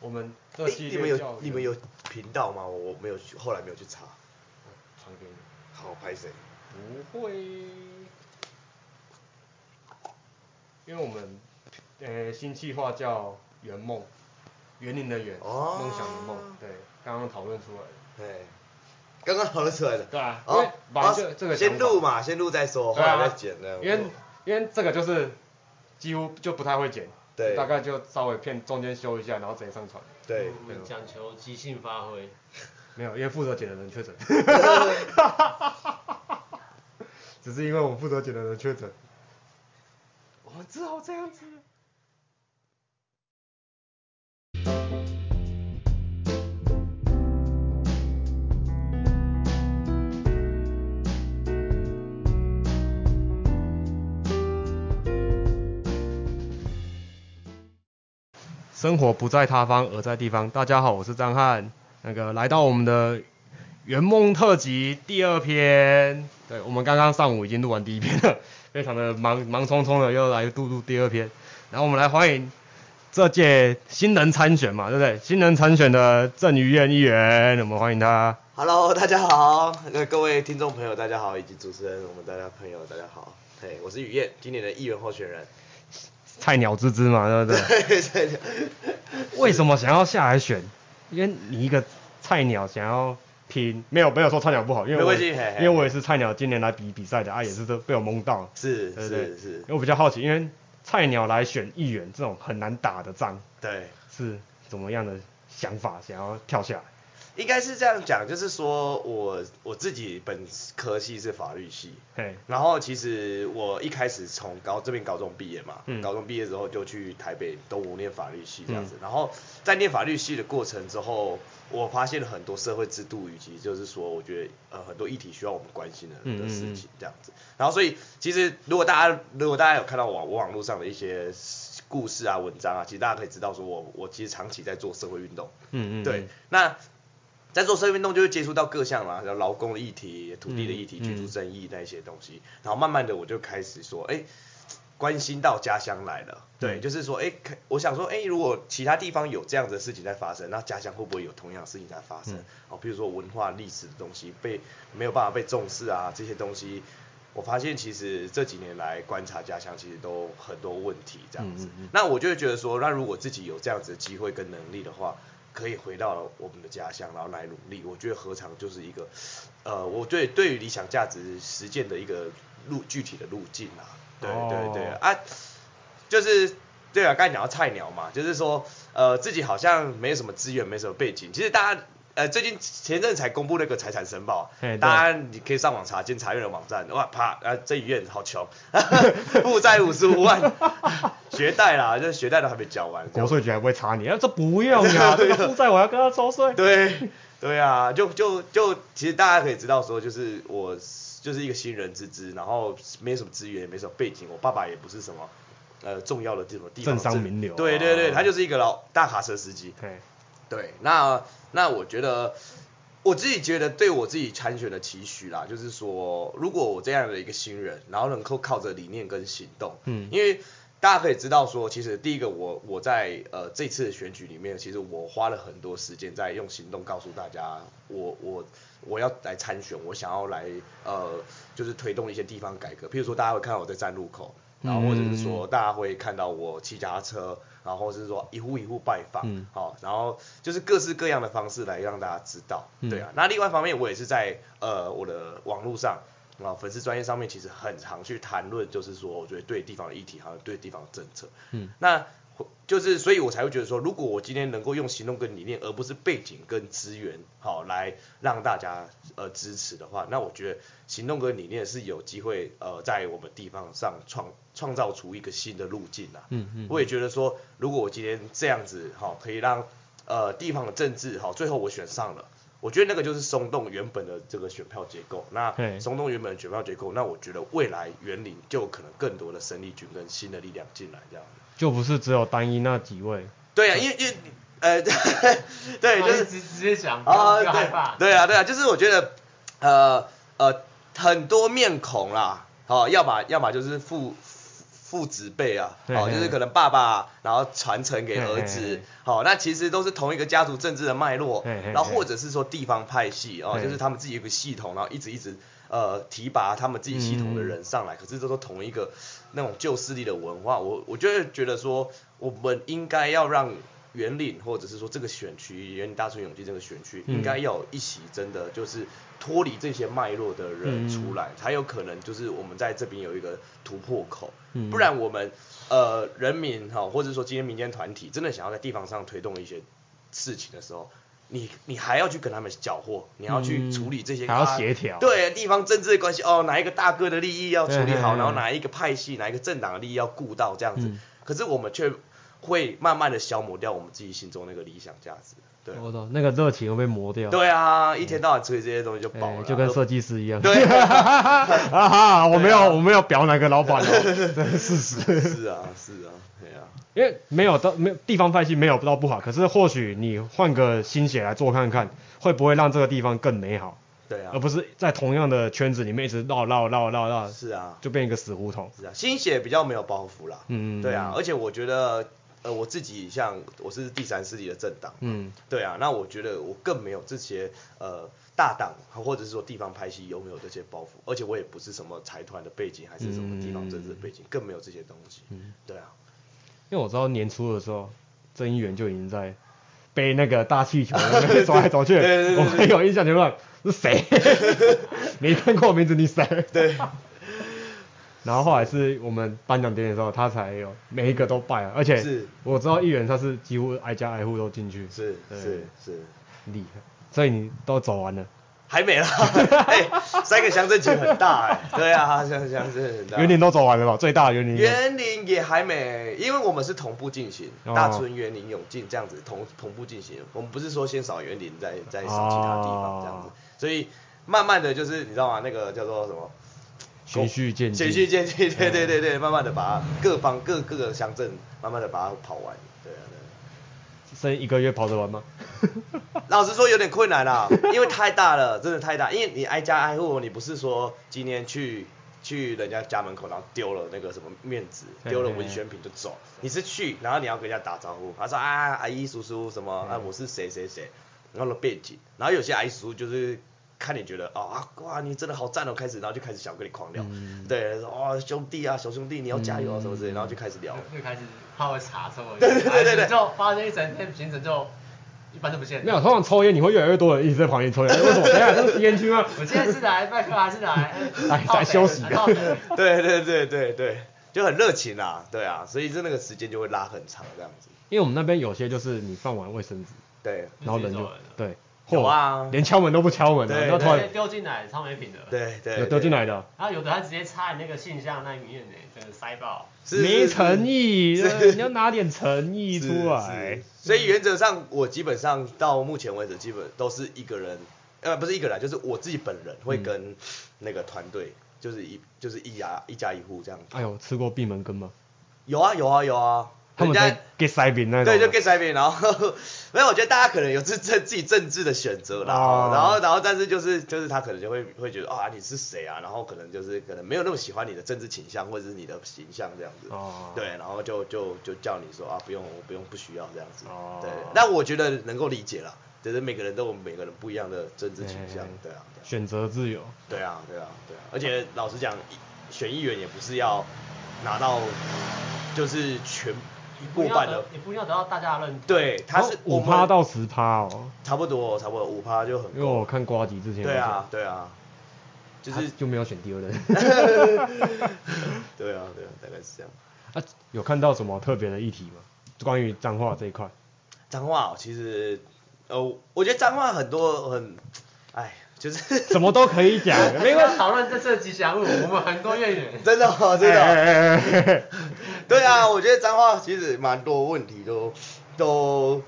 我们这系你你们列教有育你们有频道吗？我我没有去，后来没有去查。传给你，好，拍谁？不会，因为我们呃新计划叫圆梦，园林的园，哦梦想的梦，对，刚刚讨论出来的。哎，刚刚讨论出来的。对啊因为哦，本来哦就这个想先法录嘛，先录再说，后对啊来再剪的。因为因为这个就是几乎就不太会剪，对大概就稍微片中间修一下，然后直接上传。对，我们讲求即兴发挥，没有，因为负责剪的人 确诊，只是因为我负责剪的人确诊，我们只好这样子。生活不在他方，而在地方。大家好，我是张翰。那个来到我们的圆梦特辑第二篇，对我们刚刚上午已经录完第一篇了， 非常的忙忙匆匆的又来录录第二篇。然后我们来欢迎这届新人参选嘛，对不对？新人参选的郑于晏议员，我们欢迎他。 Hello，大家好，那各位听众朋友大家好，以及主持人我们大家朋友大家好，嘿，我是雨燕，今年的议员候选人。 菜鸟之之嘛，对不对？ 为什么想要下来选？因为你一个菜鸟想要拼，没有没有说菜鸟不好，因为我没关系嘿嘿因为我也是菜鸟，今年来比比赛的啊，也是都被我蒙到了。是对对是是因，为我比较好奇，因为菜鸟来选议员这种很难打的仗对，是怎么样的想法，想要跳下来？应该是这样讲，就是说我我自己本科系是法律系，嘿，然后其实我一开始从高这边高中毕业嘛，嗯高中毕业之后就去台北东吴念法律系这样子，然后在念法律系的过程之后，我发现了很多社会制度以及就是说，我觉得呃很多议题需要我们关心的嗯的嗯事嗯情这样子，然后所以其实如果大家如果大家有看到网我网络上的一些故事啊文章啊，其实大家可以知道说我我其实长期在做社会运动，嗯嗯，对，那在做社会运动就会接触到各项嘛，然后劳工的议题、土地的议题、嗯居住正义那一些东西，然后慢慢的我就开始说，哎、关心到家乡来了。对，嗯就是说，哎、可我想说，哎、如果其他地方有这样的事情在发生，那家乡会不会有同样的事情在发生？嗯哦，比如说文化、历史的东西被没有办法被重视啊，这些东西。我发现其实这几年来观察家乡，其实都很多问题这样子。嗯嗯嗯那我就会觉得说，那如果自己有这样子的机会跟能力的话，可以回到我们的家乡，然后来努力，我觉得何尝就是一个，呃，我对对于理想价值实践的一个路具体的路径啊。对对对、哦啊，就是对啊，刚才讲到菜鸟嘛，就是说呃自己好像没有什么资源，没什么背景。其实大家呃最近前阵才公布那个财产申报嘿对，大家你可以上网查监察院的网站，哇啪啊这医院好穷， 负债五十 五万，学贷啦，就是学贷都还没缴完，国税局还不会查你，啊，这不用 呀，这个负债我要跟他收税。对对啊，就就就其实大家可以知道说，就是我就是一个新人之资，然后没什么资源，也没什么背景，我爸爸也不是什么呃重要的这种地方政商名流啊对对对，他就是一个老大卡车司机。嘿，对，那那我觉得我自己觉得对我自己参选的期许啦，就是说，如果我这样的一个新人，然后能够靠着理念跟行动，嗯因为大家可以知道说，其实第一个我我在呃这次的选举里面，其实我花了很多时间在用行动告诉大家，我我我要来参选，我想要来呃就是推动一些地方改革，譬如说大家会看到我在站路口。然后或者是嗯说，大家会看到我骑脚踏车，然后是说一户一户拜访，嗯好、然后就是各式各样的方式来让大家知道，嗯对啊。那另外一方面，我也是在呃我的网络上啊、粉丝专业上面，其实很常去谈论，就是说我觉得对地方的议题，还有对地方的政策，嗯，那就是所以，我才会觉得说，如果我今天能够用行动跟理念，而不是背景跟资源，好、来让大家呃支持的话，那我觉得行动跟理念是有机会呃在我们地方上创创造出一个新的路径啊。嗯嗯，我也觉得说，如果我今天这样子，哈、可以让呃地方的政治，哈、最后我选上了，我觉得那个就是松动原本的这个选票结构，对那松动原本的选票结构，那我觉得未来园林就有可能更多的生力军跟新的力量进来这样。就不是只有单一那几位。对啊，因为因为呃， 对，就就是哦直直接讲，不啊、要不要害怕。对对啊，对啊，就是我觉得，呃呃，很多面孔啦，哦，要么要么就是负负父子辈啊，嘿好、嘿就是可能爸爸然后传承给儿嘿嘿子嘿，好、那其实都是同一个家族政治的脉络，嘿嘿嘿然后或者是说地方派系哦，嘿就是他们自己有个系统，然后一直一直呃提拔他们自己系统的人上嗯来，可是这都同一个那种旧势力的文化，我我就会觉得说，我们应该要让圆岭或者是说这个选区，圆岭大村永济这个选区，嗯应该要有一席真的就是脱离这些脉络的人嗯出来，才有可能就是我们在这边有一个突破口，嗯不然我们呃人民哈，或者说今天民间团体真的想要在地方上推动一些事情的时候。你你还要去跟他们缴获，你要去嗯处理这些，啊还要协调对地方政治的关系哦，哪一个大哥的利益要处理嗯好，嗯嗯然后哪一个派系、哪一个政党的利益要顾到这样子嗯，可是我们却会慢慢的消磨掉我们自己心中那个理想价值。对，我懂，那个热情会被磨掉。嗯对啊，一天到晚处理这些东西就哎，饱了啊，就跟都设计师一样。 对啊哈，我没有，我没有表哪个老板 哦，这是事实。是啊是啊，对啊，因为没有到没有地方派系没有到不好，可是或许你换个心血来做看看，会不会让这个地方更美好，对啊而，不是在同样的圈子里面一直绕绕绕绕绕，是啊就变一个死胡同。是啊，新血比较没有包袱啦。嗯，对啊，，而且我觉得呃我自己像我是第三势力的政党，嗯，对啊，那我觉得我更没有这些呃大党或者是说地方派系拥有这些包袱，而且我也不是什么财团的背景，还是什么地方政治的背嗯景，更没有这些东西。对啊，因为我知道年初的时候，郑议员就已经在背那个大气球在那边走来 走去，我很有印象，就问是谁？没看过我名字，你谁？对。 然后后来是我们颁奖典礼的时候，他才有每一个都拜了，而且是我知道议员他是几乎挨家挨户都进去，是对是是，厉害。所以你都走完了，还没啦， 哎、三个乡镇其实很大哎、对啊，乡乡镇很大。园林都走完了吧？最大的园林，园林也还没，因为我们是同步进行，哦大村园林永进这样子同同步进行，我们不是说先扫园林再再扫其他地方这样子，哦所以慢慢的就是你知道吗？那个叫做什么？循序渐进，循序渐进，对对对嗯对，慢慢的把它各方各各个乡镇慢慢的把它跑完，对啊对剩一个月跑得完吗？啊。 老实说有点困难啦，因为太大了，真的太大，因为你挨家挨户，你不是说今天去去人家家门口，然后丢了那个什么面子，对丢了文宣品就走，你是去，然后你要跟人家打招呼，他说啊阿姨叔叔什么啊我是谁谁谁，然后呢背景，然后有些阿姨叔叔就是。看你觉得哦啊哇，你真的好赞哦！开始，然后就开始想跟你狂聊，嗯对，说哦兄弟啊，小兄弟你要加油啊、什么之类，然后就开始聊。会开始泡茶什么的，对对对对就发现一整天行程就一般都不见没了。有，通常抽烟你会越来越多人一直在旁边抽烟，为什么？等一下这是吸烟区吗？我今天是来拜托还是来哎来泡来水休息泡水 对对对对对，就很热情啦，对啊，所以这那个时间就会拉很长这样子。因为我们那边有些就是你放完卫生纸，对然后人就就自己走人了对，有或啊连敲门都不敲门对了，对然后突对然丢进来超没品的。对对，有对丢进，来的，然后有的他直接插你那个信箱那里面呢，真的塞爆。是没诚意意，呃你要拿点诚意出。是来是。所以原则上，我基本上到目前为止，基本都是一个人，呃，不是一个人，就是我自己本人会嗯跟那个团队，就是一就是一家一家一户这样。哎呦，吃过闭门羹吗？有啊有啊有啊，他们人家在给塞饼那种啊对，吗，就 get 塞边，然后 没有，我觉得大家可能有自政自己政治的选择啦，哦然后然后但是就是就是他可能就会会觉得啊你是谁啊，然后可能就是可能没有那么喜欢你的政治倾向或者是你的形象这样子，哦对，然后就就就叫你说啊不用我不用不需要这样子，哦对，但我觉得能够理解啦，就是每个人都有每个人不一样的政治倾向哎，对啊，对啊选择自由，对啊，对啊，对啊，而且老实讲，选议员也不是要拿到就是全你不过一定要半得的。你不一定要得到大家的认同。对，他是我哦五们趴到十趴哦，差不多，差不多五趴就很因为够。我看瓜吉之前有对啊讲，，对啊，就他是就没有选第二轮。 对啊，对啊，大概是这样。 啊，有看到什么特别的议题吗？关于脏话这一块，脏话、哦，其实呃，我觉得脏话很多很，哎，就是 什么都可以讲，没没关讨论这次吉祥物，我们很多怨言。真的、哦，真的、哦。哎哎哎哎哎对啊，我觉得脏话其实蛮多问题都都，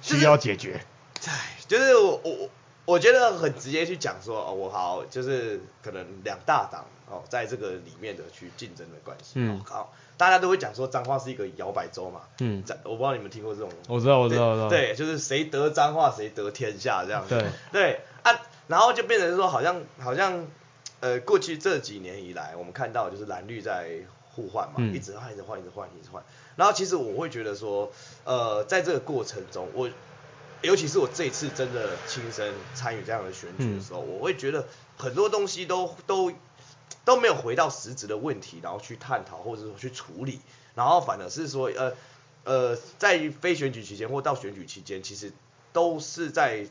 需要解决。唉，就是我我我觉得很直接去讲说，哦，我好就是可能两大党哦，在这个里面的去竞争的关系，嗯哦，好，大家都会讲说脏话是一个摇摆州嘛，嗯在我不知道你们听过这种，我知道，我知对道，我知道。，对，就是谁得脏话谁得天下这样子。对对啊，然后就变成说好像好像呃过去这几年以来，我们看到就是蓝绿在互换嘛，嗯一直换一直换一直换一直换。然后其实我会觉得说，呃，在这个过程中，我尤其是我这一次真的亲身参与这样的选举的时候，我会觉得很多东西都都都没有回到实质的问题，然后去探讨或者是去处理，然后反而是说，呃呃，在非选举期间或到选举期间，其实都是在，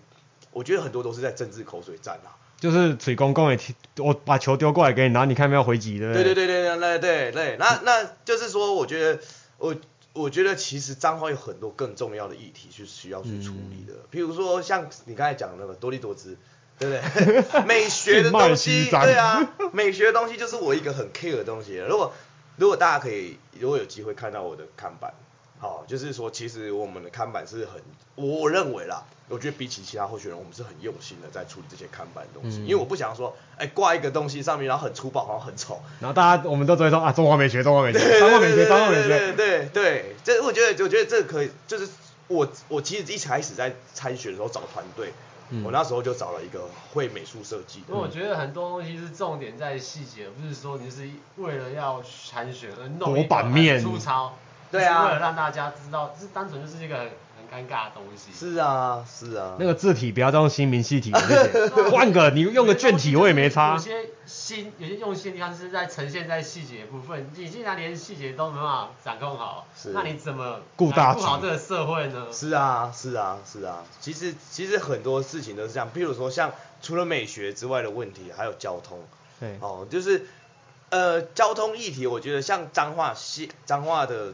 我觉得很多都是在政治口水战啊。就是水公公也踢，我把球丢过来给你，然后你看要不要回击，对不对对对对对对对对，那那就是说，我觉得我我觉得其实彰化有很多更重要的议题是需要去处理的，譬如说像你刚才讲的那个多利多姿。对不 对？美学的东静脉西，曲张对啊，美学的东西就是我一个很 care 的东西。如果如果大家可以，如果有机会看到我的看板，好、就是说其实我们的看板是很，我我认为啦，我觉得比起其他候选人，我们是很用心的在处理这些看板的东西，嗯因为我不想说，哎，挂一个东西上面，然后很粗暴，然后很丑，然后大家我们都只会说啊，中华美学，中华美学，对彰化美学，对彰化美对对学。对对，这我觉得，我觉得这个可以，就是我我其实一开始在参选的时候找团队，嗯哦我那时候就找了一个会美术设计因为我的，觉得很多东西是重点在细节，不是说你是为了要参选而弄多一个版面很粗糙，对啊是为了让大家知道，是单纯就是一个很很尴尬的东西。是啊是啊那，个字体不要再用新明细体了，谢谢换个你用个卷体我也没差有。些心，有些用心的地方是在呈现在细节部分，你竟然连细节都没办法掌控好是，那你怎么顾大局顾好这个社会呢？是啊是啊是啊，其实其实很多事情都是这样，譬如说像除了美学之外的问题，还有交通，对，哦，就是呃交通议题，我觉得像彰化西彰化的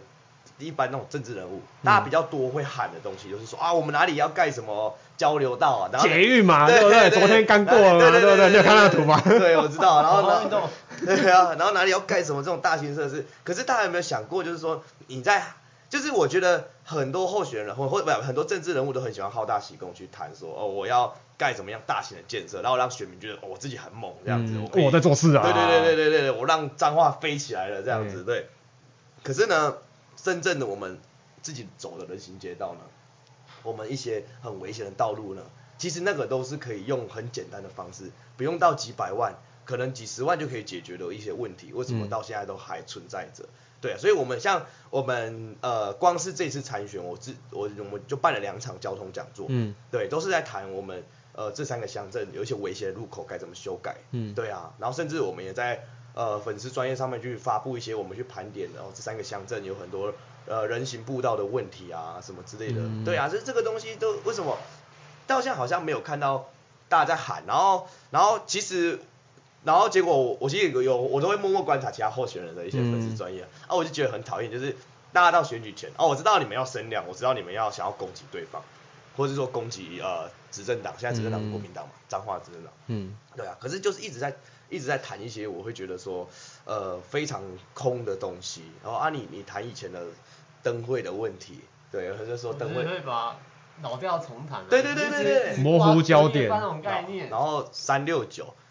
一般那种政治人物，大嗯家比较多会喊的东西，就是说啊，我们哪里要盖什么交流道啊，然后捷运嘛，对对不对对？昨天刚过了嘛，对对不对？对？你有看那个图吗？对，我知道。然后好好呢运动？ 对啊，然后哪里要盖什么这种大型设施？可是大家有没有想过，就是说你在，就是我觉得很多候选人或或不很多政治人物都很喜欢好大喜功去谈说，哦，我要盖怎么样大型的建设，然后让选民觉得、哦、我自己很猛这样子，嗯我可以我在做事啊对对对对对对，我让脏话飞起来了这样子，嗯对。可是呢，真正的我们自己走的人行街道呢，我们一些很危险的道路呢，其实那个都是可以用很简单的方式，不用到几百万，可能几十万就可以解决的一些问题，为什么嗯到现在都还存在着？对啊，所以我们像我们呃，光是这次参选，我自我我们就办了两场交通讲座，嗯，对，都是在谈我们呃这三个乡镇有一些危险的路口该怎么修改，嗯对啊，然后甚至我们也在呃粉丝专业上面去发布一些我们去盘点，然后这三个乡镇有很多呃人行步道的问题啊什么之类的，嗯对啊，这这个东西都为什么到现在好像没有看到大家在喊，然后然后其实。然后结果我我其实有有我都会默默观察其他候选人的一些粉丝嗯专业、啊，我就觉得很讨厌，就是大家到选举前哦，我知道你们要声量，我知道你们要想要攻击对方，或者是说攻击呃执政党，现在执政党是国民党嘛，彰化执政党，嗯，对啊，可是就是一直在一直在谈一些我会觉得说呃非常空的东西，然后啊你你谈以前的灯会的问题，对，他就说我灯只会是，会把老调重弹啊。对对对对对一直模糊焦点一直把那种概念然，后三六九。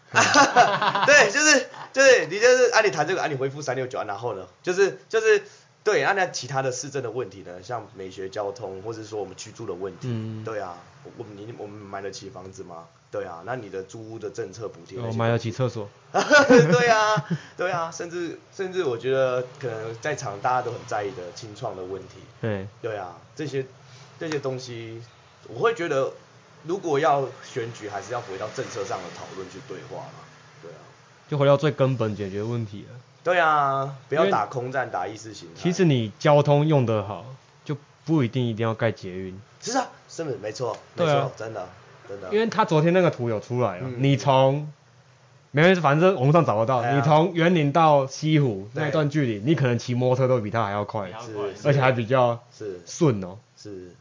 对，就是对，你就是啊，你谈这个啊，你回复三六九啊，然后呢，就是就是对，啊，那其他的市政的问题呢，像美学、交通，或者说我们居住的问题，嗯对啊，我我们你我们买得起房子吗？对啊，那你的租屋的政策补贴那些，我买得起厕所。 对啊，对啊，甚至甚至我觉得可能在场大家都很在意的清创的问题，对，对啊，这些这些东西，我会觉得如果要选举，还是要回到政策上的讨论去对话嘛，对啊。就回到最根本解决问题了。对啊，不要因为打空战，打意识形态。其实你交通用得好，就不一定一定要盖捷运，是啊，是不是没错，对没错，啊真的真的。因为他昨天那个图有出来了，嗯你从。没关系，反正网络上找得到。对啊你从园林到西湖对那一段距离，你可能骑摩托车都比他还要比快，较是快是而且还比较是顺哦。是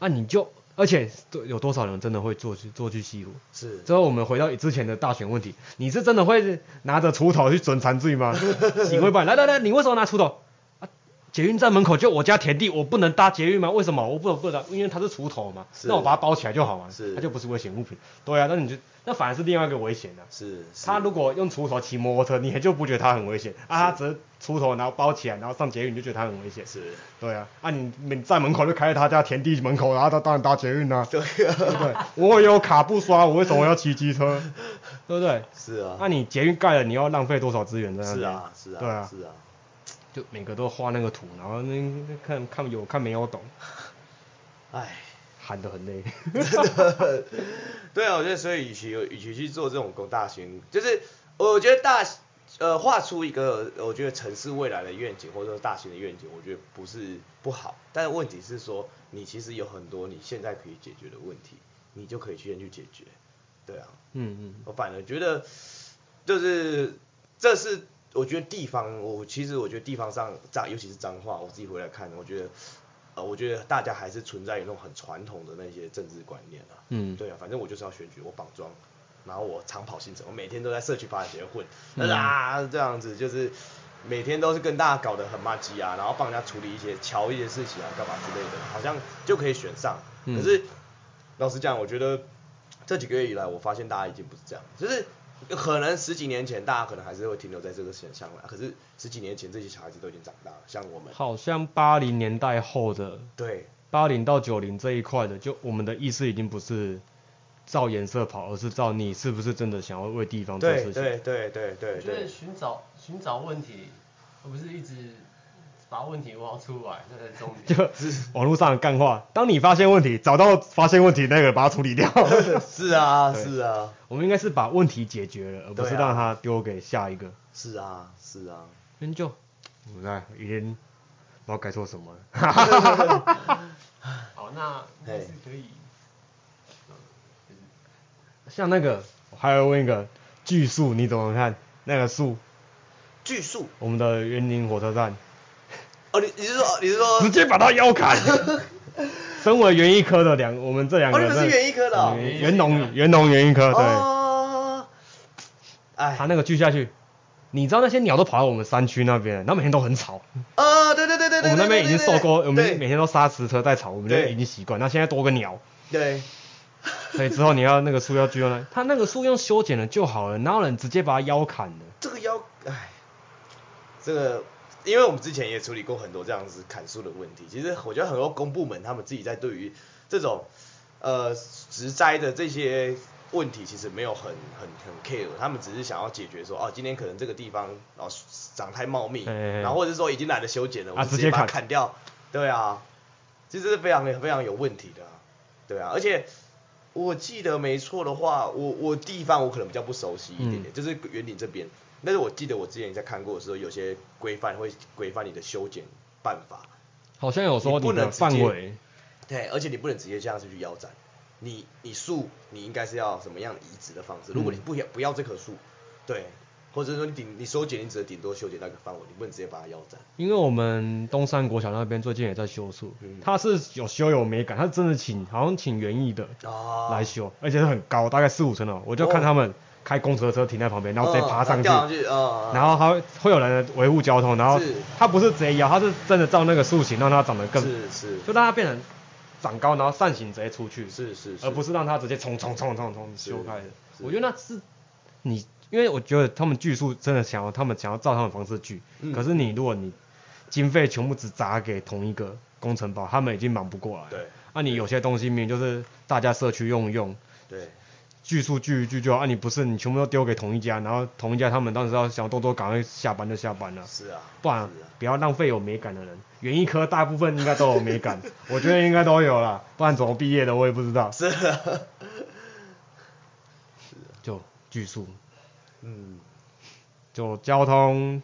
那、你就，而且有多少人真的会坐去坐去西湖？是，之后我们回到之前的大选问题，你是真的会拿着锄头去准残罪吗？你会办？来来来，你为什么拿锄头？啊，捷运站门口就我家田地，我不能搭捷运吗？为什么？我不能不能搭，因为它是锄头嘛，是那我把它包起来就好嘛是，它就不是危险物品。对啊，那你就那反而是另外一个危险啊。是是他如果用锄头骑摩托车，你也就不觉得他很危险啊。他只是锄头然后包起来，然后上捷运你就觉得他很危险。是对啊，啊你你站门口就开在他家田地门口，然后他当然搭捷 运啊，对不对？我有卡不刷，我为什么要骑机 车？对不对？是那、啊你捷运盖了，你要浪费多少资源在那是边啊是对啊啊，是啊，就每个都画那个图，然后那那看看有看没有 懂，唉，喊得很 累。对啊，我觉得所以与其与其去做这种工大型，就是我觉得大呃画出一个我觉得城市未来的愿景或者说大型的愿景，我觉得不是不好，但是问题是说你其实有很多你现在可以解决的问题，你就可以去先去解决，对啊，嗯嗯，我反而觉得就是这是我觉得地方，我其实我觉得地方上脏，尤其是脏话，我自己回来看，我觉得呃，我觉得大家还是存在于那种很传统的那些政治观念啊。嗯对啊，反正我就是要选举，我绑桩，然后我长跑行程，我每天都在社区发展协会嗯混，啊，这样子就是每天都是跟大家搞得很麻鸡啊，然后帮人家处理一些瞧一些事情啊，干嘛之类的，好像就可以选上。嗯可是老实讲，我觉得这几个月以来，我发现大家已经不是这样，就是可能十几年前大家可能还是会停留在这个选项啦，可是十几年前这些小孩子都已经长大了，像我们，好像八零年代后的对八零到九零这一块的，就我们的意识已经不是照颜色跑，而是照你是不是真的想要为地方做对事情。对对对对我觉得对，寻找寻找问题，而不是一直把问题挖出来，那才是重 点。 就网络上的干话，当你发现问题，找到发现问题那个，把它处理 掉。是啊对是啊我们应该是把问题解决了，而不是对啊让它丢给下一个。是啊是啊，研究，我在已经不知道该说什么了。 好，那应该是嘿可以。像那个，我还要问一个，巨树你怎么看？那个树，巨树我们的园林火车站，哦，你你是说你是说 直接把它腰 砍。身为园艺科的两，我们这两个哦你人们在，是园艺科的哦园园农园农园艺科，对，哦，他哎，那个锯下去，你知道那些鸟都跑到我们山区那边，那每天都很吵，啊对对对对我对，们那边已对经对对受够，我们对每天都砂石车在吵，我们就对已经习惯。那现在多个鸟，对 所以之后你要那个树要锯下来，他那个树用修剪了就好了，哪有人直接把它腰砍的？这个要哎，这个。因为我们之前也处理过很多这样子砍树的问题，其实我觉得很多公部门他们自己在对于这种呃植栽的这些问题，其实没有很很很 care，他们只是想要解决说，哦，今天可能这个地方哦长太茂密，嘿嘿嘿然后或者是说已经懒得修剪了，我哎啊就直直接接把它砍砍掉，对啊，其实是非常非常有问题的啊、对啊，而且我记得没错的话，我我地方我可能比较不熟悉一点嗯点，就是园林这边。但是我记得我之前在看过的时候，有些规范会规范你的修剪办法，好像有说你不你的能直接范围，对，而且你不能直接这样子去腰斩，你你树你应该是要什么样移植的方式？如果你不要不要这棵树，对，或者说你顶你修剪，你只能顶多修剪那个范围，你不能直接把它腰斩。因为我们东山国小那边最近也在修树嗯，它是有修有美感，它真的请好像请园艺的哦来修，而且是很高，大概四五层楼，我就看他们开公车车停在旁边，然后直接爬上嗯去掉。上去，嗯，然后还会有人维护交通，然后是它不是直接摇，它是真的照那个树形让它长得更，是是就让它变成长高，然后扇形直接出去，是是，而不是让它直接冲冲冲冲冲是修开的。是我觉得那是你，因为我觉得他们锯树真的想要，他们想要照他们的方式锯，嗯可是你如果你经费全部只砸给同一个工程包，他们已经忙不过来了。对那、你有些东西明明就是大家社区用一用，对锯树锯一锯就好，啊你不是你全部都丢给同一家，然后同一家他们当时要想动作赶快下班就下班了，是啊，不然是啊不要浪费有美感的人。园艺科大部分应该都有美感，我觉得应该都有啦， 不然怎么毕业的我也不知道。是啊，就锯树，嗯，就交通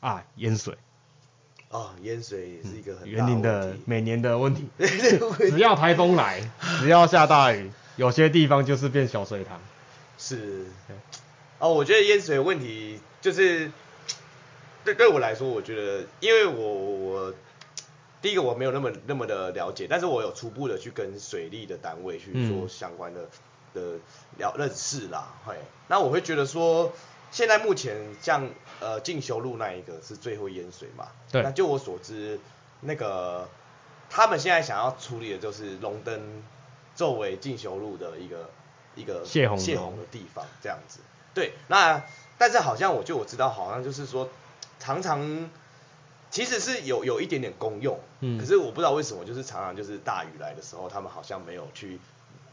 啊淹水， 哦，淹水也是一个很园林的每年的问 题，只只要台风来，只要下大雨，有些地方就是变小水塘。是对，哦，我觉得淹水问题就是对对我来说，我觉得因为我我第一个我没有那么那么的了解，但是我有初步的去跟水利的单位去做嗯相关的、的了认识啦，嘿，那我会觉得说。现在目前像呃进修路那一个是最会淹水嘛？对那就我所知，那个他们现在想要处理的就是龙灯作为进修路的一个一个泄洪泄洪的地方这样子。对，那但是好像我就我知道，好像就是说常常其实是有有一点点功用，嗯可是我不知道为什么，就是常常就是大雨来的时候，他们好像没有去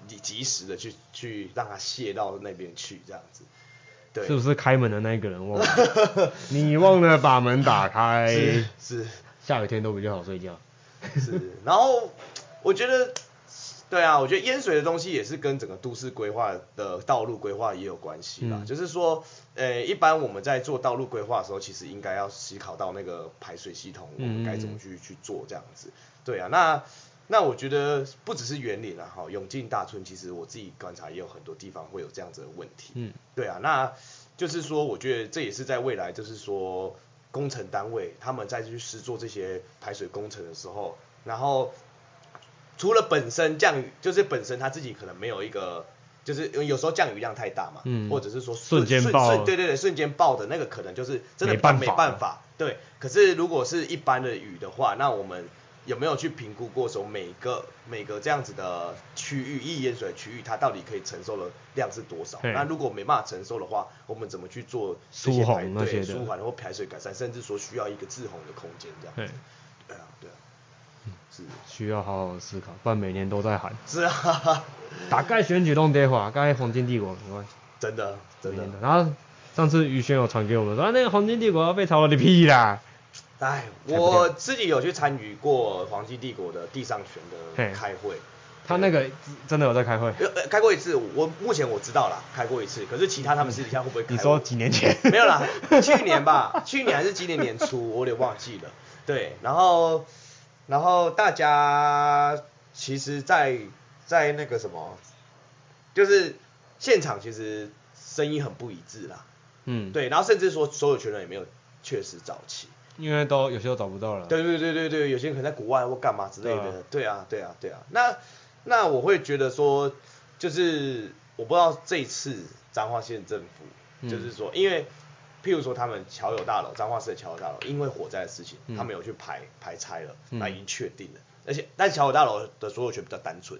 及及时的去去让它泄到那边去这样子。对是不是开门的那一个人忘 了？你忘了把门打开，是是下雨天都比较好睡觉。是，然后我觉得，对啊，我觉得淹水的东西也是跟整个都市规划的道路规划也有关系啦。嗯就是说，呃，一般我们在做道路规划的时候，其实应该要思考到那个排水系统，我们该怎么去、去做这样子。对啊，那那我觉得不只是园林啊，哈，永靖大村其实我自己观察也有很多地方会有这样子的问题。嗯，对啊，那就是说，我觉得这也是在未来，就是说工程单位他们在去施做这些排水工程的时候，然后除了本身降雨，就是本身他自己可能没有一个。就是因为有时候降雨量太大嘛，嗯或者是说瞬间瞬爆瞬对对对，瞬间爆的那个可能就是真的没办法没办法，对。可是如果是一般的雨的话，那我们有没有去评估过说每个每个这样子的区域易淹水的区域，它到底可以承受的量是多少？对那如果没办法承受的话，我们怎么去做这些疏洪排那些对的舒缓或排水改善，甚至说需要一个制洪的空间这样对嗯子？，对啊，对啊，是需要好好思考，不然每年都在喊。是啊， 大概选举弄得话，大概黄金帝国没关系，真的真每年的都，然后上次于轩有传给我们说，啊那个黄金帝国要被炒了，你屁啦！哎，不掉我自己有去参与过黄金帝国的地上权嘿的开会。他那个真的有在开会，呃，呃开过一次，我目前我知道啦，开过一次。可是其他他们私底下会不会开？你说几年前？没 有啦，去年吧，去年还是今年年初，我有点忘记了。对，然后然后大家其实在，在那个什么，就是现场其实声音很不一致啦。嗯，，对，然后甚至说所有权人也没有确实早期。因为都有些都找不到了。对对对对对，有些人可能在国外或干嘛之对类啊的。对啊，对啊，对啊。那那我会觉得说，就是我不知道这一次彰化县政府，嗯就是说，因为譬如说他们侨友大楼，彰化市的侨友大楼，因为火灾的事情，嗯他们有去排排拆了，嗯那已经确定了。而且，但侨友大楼的所有权比较单纯，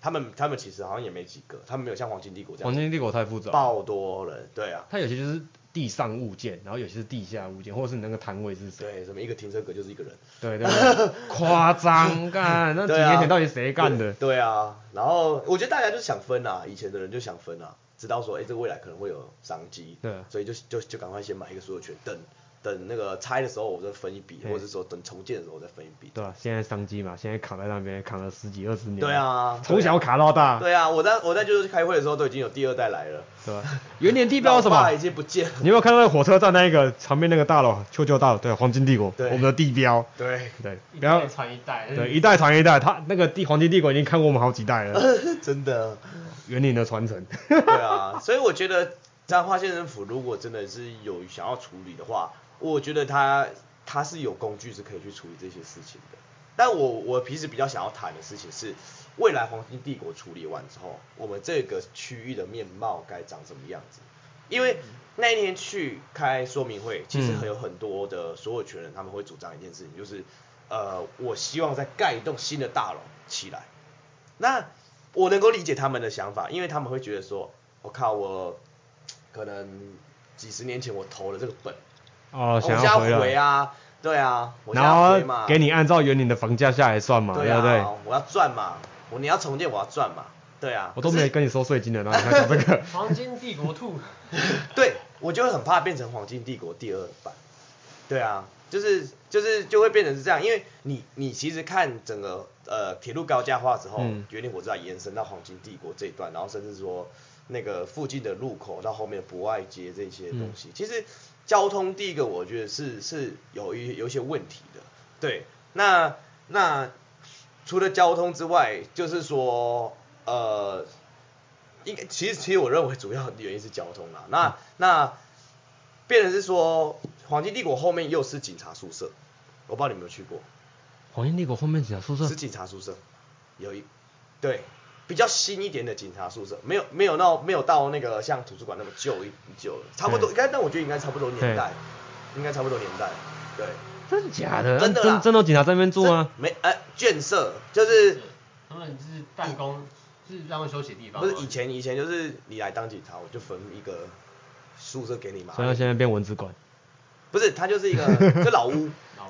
他们他们其实好像也没几个，他们没有像黄金帝国这黄样金帝国太复杂，爆多人，对啊。它有些就是地上物件，然后有些是地下物件，或者是你那个摊位是谁？对，什么一个停车格就是一个人，对对对，夸张 干，那几对啊年前到底谁干的？对对啊，然后我觉得大家就是想分啊，以前的人就想分啊，知道说，哎、这个未来可能会有商机，对所以就就就赶快先买一个所有权，等等那个拆的时候我再分一笔，对或者是说等重建的时候我再分一笔。对啊，现在商机嘛，现在扛在那边扛了十几二十年。对，啊，从小卡到大，对啊，我在我在就是开会的时候都已经有第二代来了，对吧？原点地地标是什么？已经不见了。你有没有看到那个火车站那一个旁边那个大楼，丘丘大楼，对，黄金帝国，对我们的地标，对，对，一不要代传一代，，对一代传一代，它那个地黄金帝国已经看过我们好几代 了， 真的，园林的传承， 对啊，所以我觉得彰化县政府如果真的是有想要处理的话，我觉得他他是有工具是可以去处理这些事情的。但我我平时比较想要谈的事情是，未来黄金帝国处理完之后，我们这个区域的面貌该长什么样子？因为那一天去开说明会，其实嗯很有很多的所有权人他们会主张一件事情，就是呃，我希望再盖一栋新的大楼起来。那我能够理解他们的想法，因为他们会觉得说，我靠，我可能几十年前我投了这个本，哦，我想现在回来，啊，对啊，我现在然要回嘛后，给你按照园林的房价下来算嘛，对对不对啊？，我要赚嘛，我你要重建我要赚嘛，对啊，我都可没是有跟你收税金的，然后你还讲这个黄金帝国兔， 对，我就会很怕变成黄金帝国第二版。对啊，就是就是就会变成是这样，因为你你其实看整个呃铁路高架化之后嗯，决定我知道延伸到黄金帝国这一段，然后甚至说那个附近的路口到后面博爱街这些东西，其实交通第一个我觉得是是有一有一些问题的。对，那那除了交通之外，就是说呃应该其实其实我认为主要的原因是交通啦。那那变成是说，黄金帝国后面又是警察宿舍，我不知道你有没有去过， 黄金帝国后面几条宿舍是，警察宿舍，有一对比较新一点的警察宿舍，没有没有到没有到那个像图书馆那么旧一旧了，差不多嘿应该，但我觉得应该差不多年代嘿，应该差不多年代，对，真的假的？真的啦真真的有警察在那边住啊吗？这没呃眷舍就是他们是办公，是让他们休息的地方不吗。是以前以前就是你来当警察，我就分一个宿舍给你嘛，所以他现在变文字馆，不是它就是 一个就老屋。老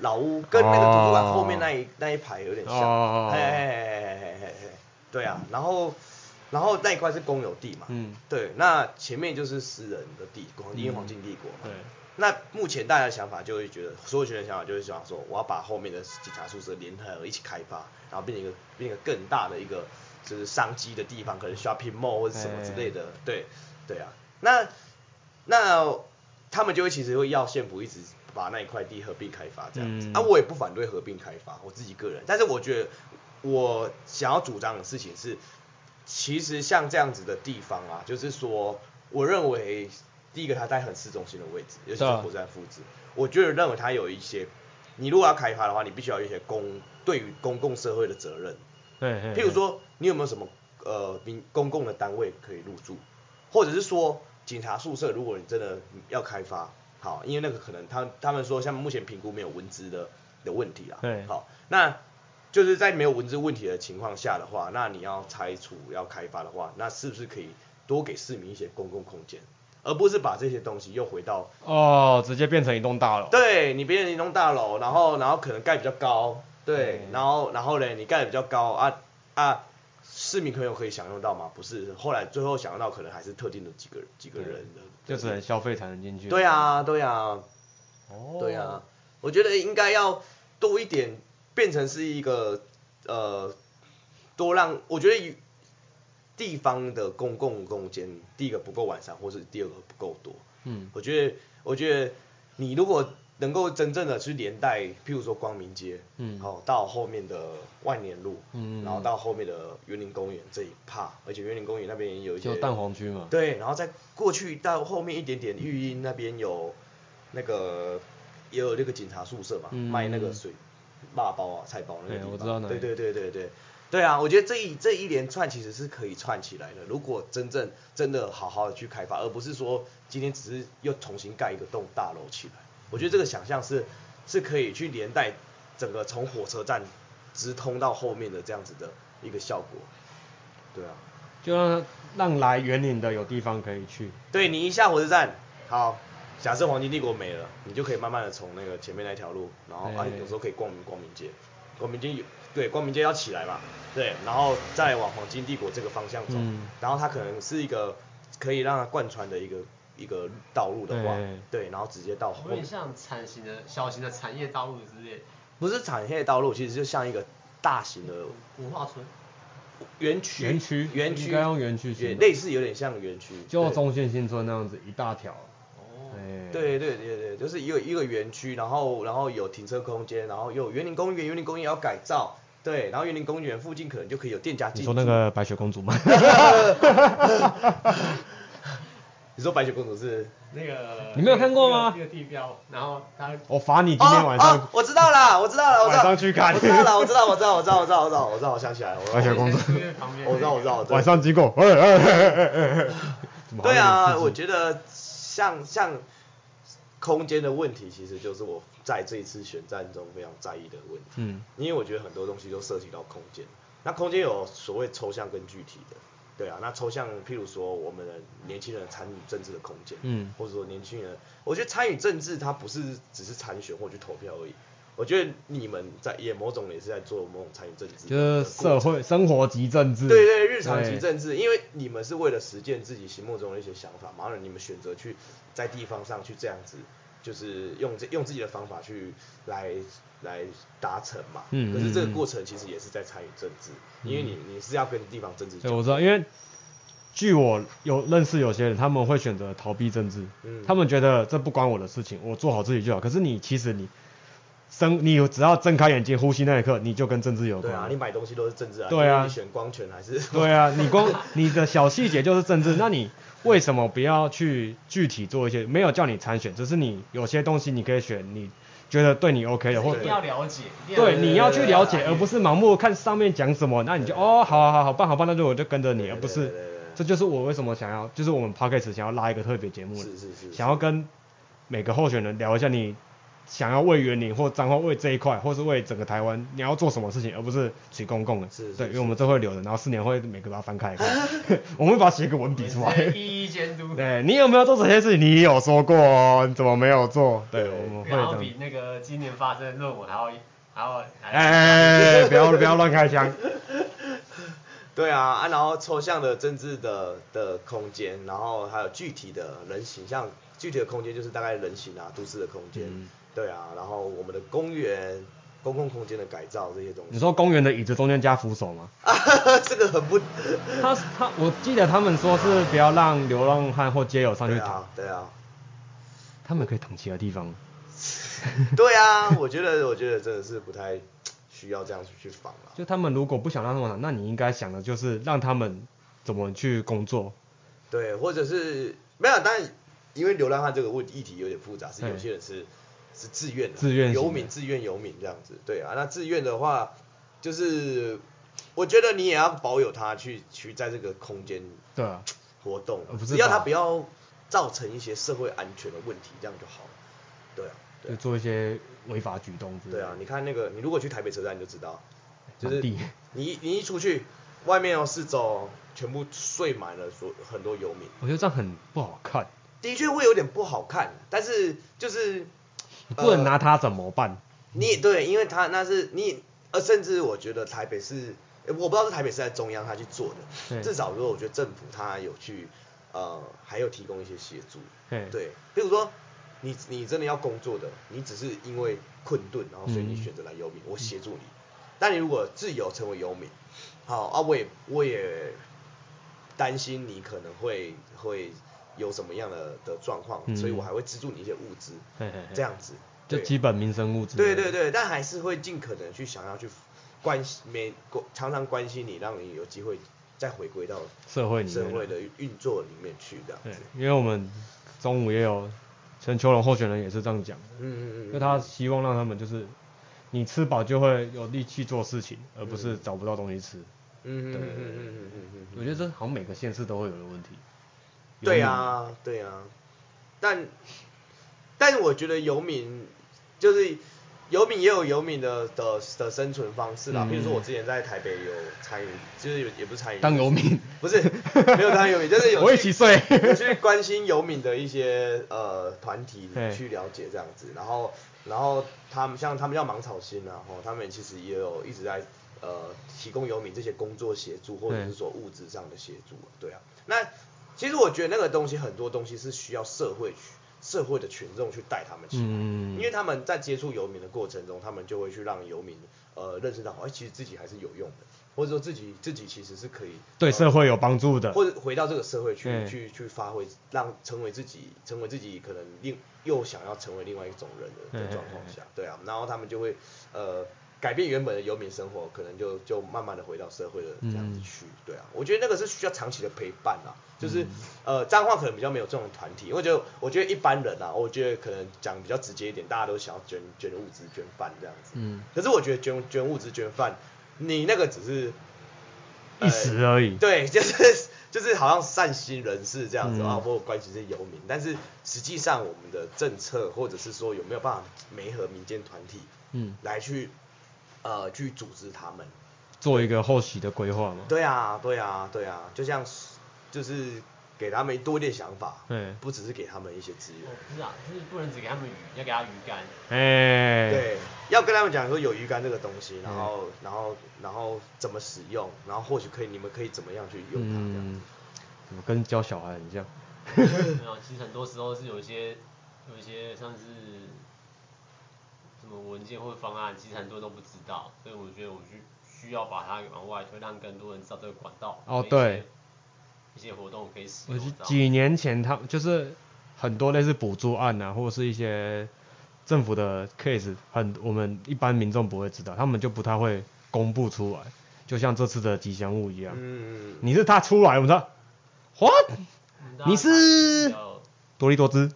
老屋跟那个图书馆后面那一、那一排有点像，哦嘿嘿嘿嘿嘿嘿嘿，对啊，然后然后那一块是公有地嘛，嗯，对，那前面就是私人的帝国，因为黄金帝国嘛。对，那目前大家的想法就会觉得，所有学生想法就是想说，我要把后面的警察宿舍联合一起开发，然后变成一个变成一个更大的一个就是商机的地方，可能 shopping mall 或者什么之类的。对，对啊，那那他们就会其实会要县府一直把那一块地合并开发这样子。嗯啊，我也不反对合并开发，我自己个人，但是我觉得我想要主张的事情是，其实像这样子的地方啊，就是说，我认为第一个它在很市中心的位置，尤对其是啊火车站附近，我觉得认为它有一些，你如果要开发的话，你必须要有一些公对于公共社会的责任，对，嘿譬如，说，你有没有什么呃民公共的单位可以入住，或者是说警察宿舍，如果你真的要开发，好，因为那个可能他他们说像目前评估没有文资的的问题啦，对好，那就是在没有文资问题的情况下的话，那你要拆除要开发的话，那是不是可以多给市民一些公共空间，而不是把这些东西又回到嘿哦，直接变成一栋大楼，对你别人一栋大楼，然后然后可能盖比较高，对，嗯然后然后嘞你盖的比较高啊啊，市民朋友可以享用到吗？不是，后来最后享用到可能还是特定的几个几个人的，就只能消费才能进去，对，啊对啊哦，对啊，，我觉得应该要多一点，变成是一个呃，多让我觉得地方的公共空间，第一个不够完善，或是第二个不够多，嗯，我觉得，我觉得你如果能够真正的去连带，譬如说光明街，嗯好、到后面的万年路，嗯然后到后面的园林公园这一趴，而且园林公园那边也有一就些，蛋黄区嘛，对，然后再过去到后面一点点，育英那边有那个也有那个警察宿舍嘛，嗯卖那个水辣包啊、菜包那个地对方，我知道那里对对对对对。对啊，我觉得这一这一连串其实是可以串起来的。如果真正真的好好的去开发，而不是说今天只是又重新盖一个栋大楼起来，我觉得这个想象是是可以去连带整个从火车站直通到后面的这样子的一个效果。对啊，就让让来园林的有地方可以去，对你一下火车站，好，假设黄金帝国没了，你就可以慢慢的从那个前面那条路，然后啊哎有时候可以光明光明街，光明街有对光明街要起来嘛，对，然后再往黄金帝国这个方向走，嗯然后它可能是一个可以让它贯穿的一个一个道路的话哎，对，然后直接到后有点像产型的小型的产业道路之类，不是产业道路，其实就像一个大型的文化村。园区，园区园区应该用园区形也容类似有点像园区，就对中线新村那样子一大条，哦，哎，对对对对，就是一个一个园区，然后然后有停车空间，然后有园林公园，园林公园要改造，对，然后园林公园附近可能就可以有店家你进驻。说那个白雪公主吗？你说白雪公主是？那个 你没有看过吗那个地标，然后它 我罚你今天晚哦哦上，我知道啦，我知道啦，我知道。晚上去看我知道啦，我知道，我知道，我知道，我知道，我知道，我知道，我想起来了。我白雪公主在那个旁边那个我知道，我知道，我知道。晚上经过，哎哎哎哎哎哎，怎么好像有点对啊，刺激我觉得像像空间的问题，其实就是我在这一次选战中非常在意的问题。嗯，因为我觉得很多东西都涉及到空间，那空间有所谓抽象跟具体的，对啊，那抽象譬如说我们的年轻人参与政治的空间，嗯或者说年轻人，我觉得参与政治它不是只是参选或去投票而已，我觉得你们在也某种也是在做某种参与政治的过就是程，社会生活及政治，对对，日常对及政治，因为你们是为了实践自己心目中的一些想法嘛，然后你们选择去在地方上去这样子，就是用这用自己的方法去来来达成嘛。嗯可是这个嗯嗯过程其实也是在参与政治，因为你你是要跟地方政治对，交我知道，因为据我有认识有些人，他们会选择逃避政治，嗯他们觉得这不关我的事情，我做好自己就好。可是你其实你睁，你有只要睁开眼睛呼吸那一刻，你就跟政治有对关啊，了。你买东西都是政治啊，对啊因为你选光权还是对啊，你光你的小细节就是政治，那你为什么不要去具体做一些？没有叫你参选，只是你有些东西你可以选，你觉得对你 OK 的，或一定要了解，一定对，你要去了对解，对而不是盲目看上面讲什么，那你就哦，好好好，好棒好棒，那就我就跟着你，对而啊不对对对是对，这就是我为什么想要，就是我们 p o c k e t 想要拉一个特别节目，是是是是想要跟每个候选人聊一下你想要为园林或彰化为这一块，或是为整个台湾你要做什么事情，而不是取公共的，是是对，是因为我们这会留的，然后四年会每个把它翻开 来看，我们会把它写一个文笔出来。一一监 督，对你有没有做这些事情？你有说过哦，你怎么没有做？对，对我们会这然后样。哎比那个今年发生的论文还要还要还要哎哎哎哎，不要不要乱开枪。对啊啊，然后抽象的政治的的空间，然后还有具体的人形象，具体的空间就是大概人形啊，都市的空间，嗯对啊，然后我们的公园、公共空间的改造这些东你 西，说公园的椅子中间加扶手吗？这个很不，他他，我记得他们说是不要让流浪汉或街友上去对躺，啊对啊他们可以躺其他地方。对啊，我觉得我觉得真的是不太需要这样去防啊了、就他们如果不想让他们躺，那你应该想的就是让他们怎么去工作。对，或者是没有，但因为流浪汉这个问议题有点复杂，是有对些人是是自愿的，自愿型的游民自愿游民这样子，对啊，那自愿的话，就是我觉得你也要保有他去去在这个空间对啊，活动呃，不是只要吧他不要造成一些社会安全的问题，这样就好了，对啊，对就啊做一些违法举动之类对的。啊，你看那个，你如果去台北车站你就知道，就是满地你一你一出去，外面哦四周全部睡满了所很多游民。我觉得这样很不好呃看，的确会有点不好看，但是就是你不能拿他怎么办？你也对，因为他那是你呃，甚至我觉得台北市，呃我不知道是台北市在中央他去做的，对至少说我觉得政府他有去呃，还有提供一些协助，嘿，对，比如说你你真的要工作的，你只是因为困顿，然后所以你嗯选择来游民，我协助你。但你如果自由成为游民，好啊，我也我也担心你可能会会有什么样的的状况，嗯所以我还会资助你一些物资，嘿嘿嘿这样子。就对基本民生物资。对对。对，但还是会尽可能去想要去关心，每常常关心你，让你有机会再回归到社会里面社来会的运作里面去这样对子。，因为我们中午也有陈秋龙候选人也是这样讲的，嗯嗯嗯就他希望让他们就是你吃饱就会有力气做事情，而不是找不到东西吃。嗯嗯嗯对嗯嗯嗯嗯我觉得这好像每个县市都会有的问题。对游啊，对啊，但但我觉得游民就是游民也有游民的的的生存方式啦。嗯比如说我之前在台北有参与，就是有也不是参与民当游 民，不是没有当游民， 就是有我也去几岁有去关心游民的一些呃团体嘿去了解这样子，然后然后他们像他们叫芒草心啊，吼，他们其实也有一直在呃提供游民这些工作协助或者是对说物质上的协助啊，对啊，那其实我觉得那个东西很多东西是需要社会去社会的群众去带他们起来，嗯因为他们在接触游民的过程中，他们就会去让游民呃认识到，哎、其实自己还是有用的，或者说自己自己其实是可以对呃社会有帮助的。或者回到这个社会去嗯对去去发挥，让成为自己成为自己可能另又想要成为另外一种人的的嗯嗯状况下，对啊，然后他们就会呃改变原本的游民生活，可能就就慢慢的回到社会的这样子嗯去，对啊，我觉得那个是需要长期的陪伴啊，就是、呃彰化可能比较没有这种团体，因为我觉得我觉得一般人啊，我觉得可能讲比较直接一点，大家都想要捐捐物资捐饭这样子，嗯，可是我觉得捐捐物资捐饭，你那个只是一时而已。对，就是就是好像善心人士这样子、嗯啊，我有关心这些游民，但是实际上我们的政策或者是说有没有办法媒合民间团体嗯，来去呃去组织他们？做一个后续的规划嘛。对啊，对啊，对啊，就像是就是给他们多一点想法，对。不只是给他们一些资源我，不知道，就是不能只给他们鱼，要给他鱼竿。 哎。。对，要跟他们讲说有鱼竿这个东西，嗯然后然后然后怎么使用，然后或许可以你们可以怎么样去用它这样嗯。怎么跟教小孩很像？没有，其实很多时候是有一些有一些像是什么文件或者方案，其实很多人都不知道，所以我觉得我们需需要把它往外推，让更多人知道这个管道。哦跟一些对。一些活动可以使我用记到。几年前他就是很多类似补助案啊，或者是一些政府的 case，很我们一般民众不会知道，他们就不太会公布出来，就像这次的吉祥物一样，嗯，你是他出来，我们说 what 嗯大家你是比较多利多姿，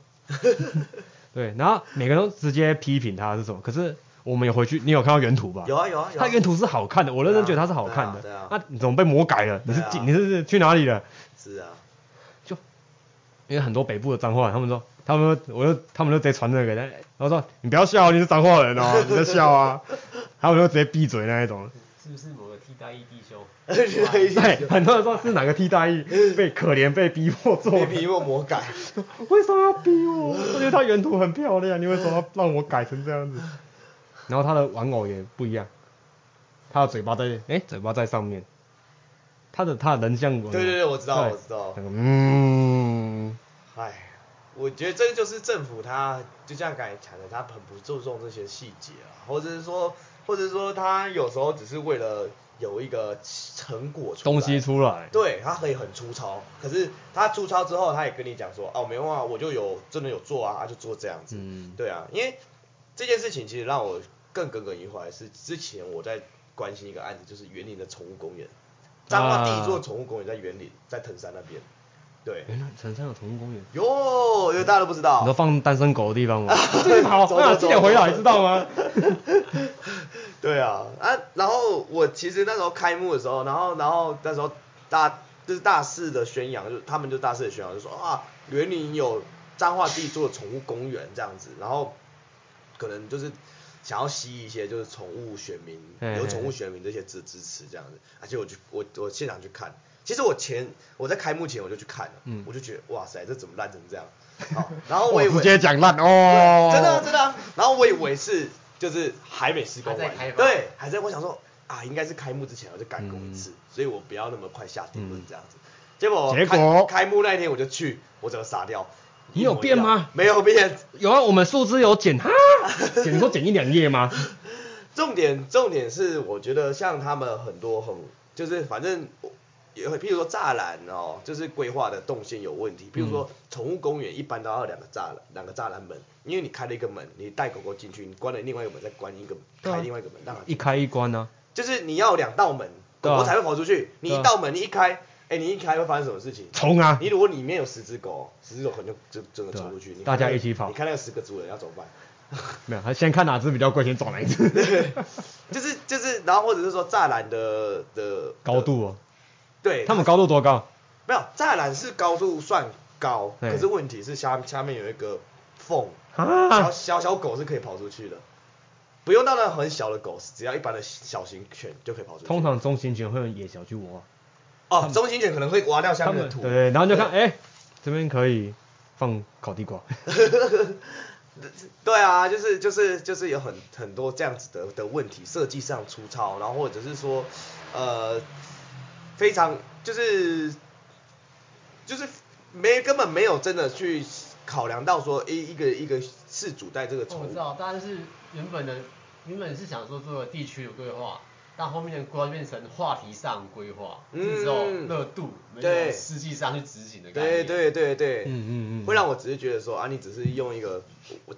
对，然后每个人都直接批评他是什么，可是我们有回去，你有看到原图吧？有啊有啊有啊它原图是好看的，我认真觉得它是好看对的。啊对那你怎么被魔改了？你是进你是去哪里了？是啊。 因为很多北部的脏话，他们说，他们说，我就他们就直接传那个，然后说你不要笑，你是脏话人 哦，你在笑啊，他们就直接闭嘴那一种。是不是某个替代役弟兄？啊对，很多人说是哪个替代役被可怜被逼迫做被 的，逼迫魔改，为什么要逼我？我觉得他原图很漂亮，你为什么要让我改成这样子？ 然后他的玩偶也不一样，他的嘴巴在，哎、嘴巴在上面，他的他的人像纹，对对对，我知道对我知道那，个嗯，唉，我觉得这个就是政府他就像刚才讲的，他很不注重这些细节啊，或者是说，或者是说他有时候只是为了有一个成果出来东西出来，对，他可以很粗糙，可是他粗糙之后，他也跟你讲说，哦，没办法，我就有真的有做啊，啊就做这样子。嗯对啊，因为这件事情其实让我更耿耿于怀，是之前我在关心一个案子，就是园林的宠物公园，彰化第一座宠物公园在园林，在藤山那边。对，原来城山有宠物公园，哟，因为大家都不知啊你说道，放单身狗的地方 吗？最好，走我想走几点走回来，知道吗？ 对啊，啊，然后我其实那时候开幕的时候，然后然后那时候大就是大肆的宣扬，就是他们就大肆的宣扬，就说啊，园林有彰化自己做的宠物公园这样子，然后可能就是想要吸一些就是宠物选民，嘿有宠物选民这些支支持这样子，而且我就我我现场去看，其实我前我在开幕前我就去看了，嗯我就觉得哇塞，这怎么烂成这样？ 好，然后 我哇以直为接讲烂哦，真的啊真的啊。然后我以为是就是还没施工还完在开，发对，还在我想说啊，应该是开幕之前我就赶工一嗯次，所以我不要那么快下定论这样子。结果结开果开幕那一天我就去，我整个傻掉。你有变吗？没有变。有啊，我们树枝有剪哈，剪你说剪一两页吗？重点重点是，我觉得像他们很多很就是反正我也会，譬如说栅栏哦，就是规划的动线有问题。譬如嗯说宠物公园一般都要两个栅栏，两个栅栏门，因为你开了一个门，你带狗狗进去，你关了另外一个门，再关一个对啊开另外一个门，让它一开一关啊呢、就是你要有两道门，对啊狗狗才会跑出去。你对啊一道门你一开，哎、你一开会发生什么事情啊，？冲啊！你如果里面有十只狗，十只狗可能就就真的对啊冲出去，你看大家那个一起跑你看那个十个主人要怎么办？没有，他先看哪只比较贵，先找哪一只就是就是，然后或者是说栅栏的的高，的度哦。对，他们高度多高？没有栅栏是高度算高，对可是问题是下下面有一个缝，小啊，小小狗是可以跑出去的，不用到那很小的狗，只要一般的小型犬就可以跑出去。通常中型犬会用野小去挖，哦，中型犬可能会挖掉下他面们的土，对对，然后就看哎、这边可以放烤地瓜， 对啊，就是就是就是有很很多这样子的的问题，设计上粗糙，然后或者是说，呃，非常就是就是没根本没有真的去考量到说一一个一个事主在这个哦宠我知物，道，大家是原本的原本是想说做个地区的规划，但后面的规划变成话题上的规划，嗯这种热度没有对实际上去执行的概对念。对对对，嗯嗯嗯会让我只是觉得说啊，你只是用一个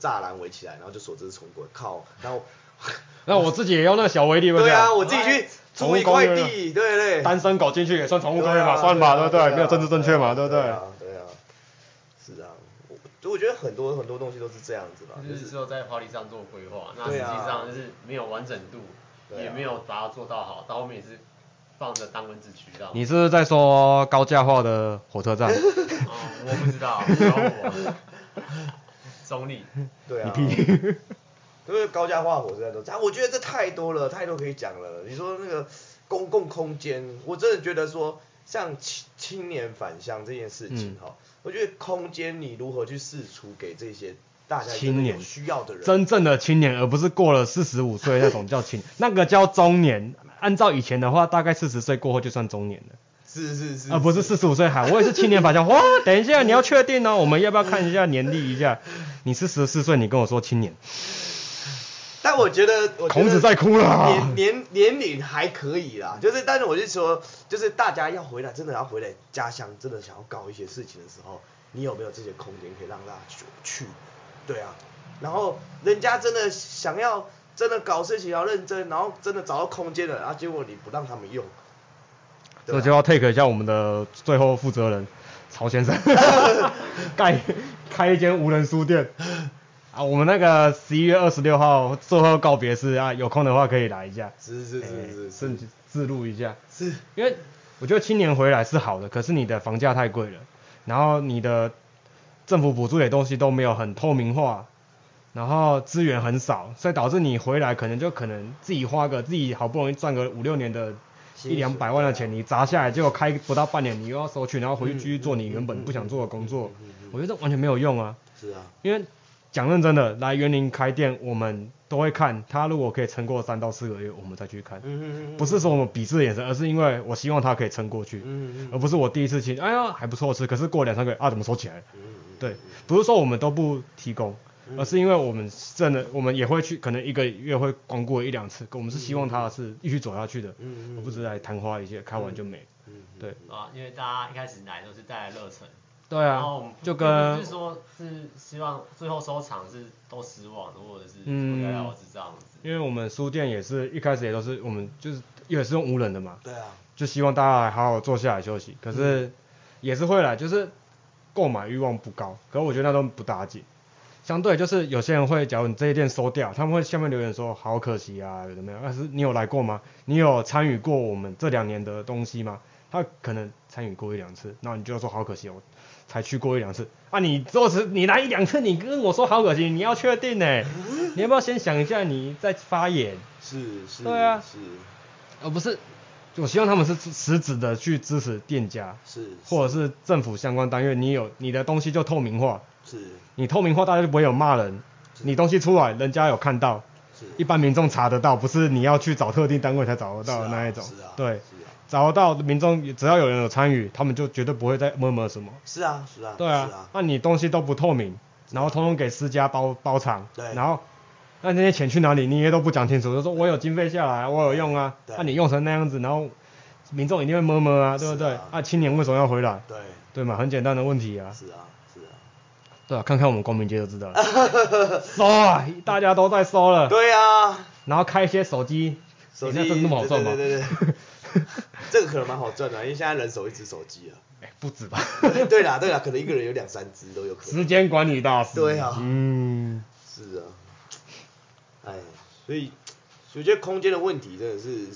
栅栏围起来，然后就说这是宠物，靠，然后 那我自己也用那个小威力，会不嗯对会啊，我自己去租一块宠物公地，对对，单身狗进去也算宠物公园对嘛，啊算吧，对不啊对？啊没有政治正确嘛，对对不啊对对？啊，对啊，是啊，我我觉得很多很多东西都是这样子吧，嗯就就是是只有在花题上做规划，那实际对啊上就是没有完整度，对啊也没有把它做到好，到后面也是放着当文字渠道。你是不是在说高架化的火车 站？哦，我不知道，不要问我。 中立，对啊，你 屁！因为高架化火车站都这样，我觉得这太多了，太多可以讲了。你说那个公共空间，我真的觉得说像青青年返乡这件事嗯情哈、我觉得空间你如何去释出给这些大家青年真的有需要的人，真正的青年，而不是过了四十五岁那种叫青，那个叫中年。按照以前的话，大概四十岁过后就算中年了。是是是，啊，不是四十五岁喊，我也是青年返 乡。哇，等一下，你要确定哦，我们要不要看一下年历一下？你是十四岁，你跟我说青年，但我觉得，我觉得孔子在哭了年年年龄还可以啦，就是，但是我是说，就是大家要回来，真的要回来家乡，真的想要搞一些事情的时候，你有没有这些空间可以让大家去去？对啊，然后人家真的想要真的搞事情要认真，然后真的找到空间了，然后结果你不让他们用，对这啊就要 take 一下我们的最后负责人曹先 生，盖开一间无人书店。啊，我们那个十一月二十六号最后告别式啊，有空的话可以来一下，是是是是哎甚是至自录一下。是，因为我觉得青年回来是好的，可是你的房价太贵了，然后你的政府补助的东西都没有很透明化，然后资源很少，所以导致你回来可能就可能自己花个自己好不容易赚个五六年的薪一水啊两百万的钱，你砸下来，结果开不到半年，你又要嗯收去，然后回去继续做你原本不想做的工作，我觉得这完全没有用啊，是啊，因为讲认真的，来园林开店，我们都会看他如果可以撑过三到四个月，我们再去看。嗯不，是说我们鄙视的眼神，而是因为我希望他可以撑过去，嗯嗯而不是我第一次吃，哎呀还不错吃，可是过两三个月啊怎么收起来了？嗯，对，不是说我们都不提供，而是因为我们真的我们也会去，可能一个月会光顾一两次，可我们是希望他是继续走下去的，嗯而不是来昙花一现，开完就没。嗯对，啊，因为大家一开始来都是带来热忱，对然啊，哦后我们不就并不跟是说是希望最后收场是都失望的，或者是嗯不了了之这样子。因为我们书店也是一开始也都是我们就是也是用无人的嘛，对啊，就希望大家来好好坐下来休息，可是也是会来，就是购买欲望不高，可是我觉得那都不打紧。相对就是有些人会，假如你这一店收掉，他们会下面留言说好可惜啊，有的没有。但是你有来过吗？你有参与过我们这两年的东西吗？他可能参与过一两次，那你就说好可惜，我才去过一两次。啊，你做次你来一两次，你跟我说好可惜，你要确定呢、欸你要不要先想一下，你再发言？是是，对啊是而不是，我希望他们是实质的去支持店家，是，或者是政府相关单位，你有你的东西就透明化，是你透明化大家就不会有骂人，你东西出来人家有看到，是一般民众查得到，不是你要去找特定单位才找得是到啊的那一种，是啊，对，是啊，找得到民众只要有人有参与，他们就绝对不会再摸摸什么，是啊，是啊，对是啊，，那你东西都不透明，然后通通给私家包包场，对然后。那那些钱去哪里？你也都不讲清楚，就说我有经费下来，我有用啊。对那、你用成那样子，然后民众一定会摸摸啊，对不是对？啊啊，青年为什么要回来？对，啊对嘛，很简单的问题啊。是啊，是啊，对啊，看看我们光明街就知道了。 收啊，大家都在收了，对啊，然后开一些手机，手你机那真那么好赚吗？对对对 对对 这个可能蛮好赚的，因为现在人手一只手机啊。 哎不止吧？ 对啦，对啦，可能一个人有两三只都有可能。时间管理大师。对啊嗯，是啊，哎，所以我觉得空间的问题真的是，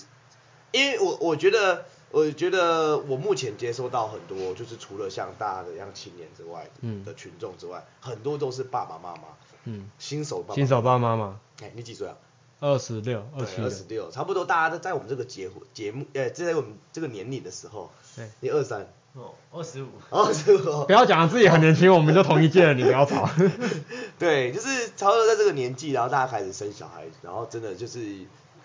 因为我我觉得，我觉得我目前接收到很多，就是除了像大的像青年之外，嗯的群众之外，很多都是爸爸妈妈，嗯，新手爸爸，新，手爸妈嘛，哎，你几岁啊？二十六、二对，二十七，六，差不多大家都在我们这个节目节目，呃，就在我们这个年龄的时候，对，你二三，哦哦，二十五， 二十五不，要讲自己很年轻，我们就同一届了，你不要 吵。对，就是差不多在这个年纪，然后大家开始生小孩，然后真的就是